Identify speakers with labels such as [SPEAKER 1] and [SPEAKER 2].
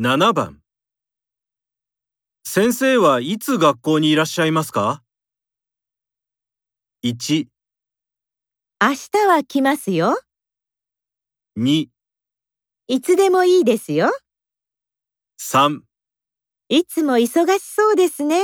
[SPEAKER 1] 7番先生はいつ学校にいらっしゃいますか ?1、
[SPEAKER 2] 明日は来ますよ。
[SPEAKER 1] 2、
[SPEAKER 2] いつでもいいですよ。
[SPEAKER 1] 3
[SPEAKER 2] いつも忙しそうですね。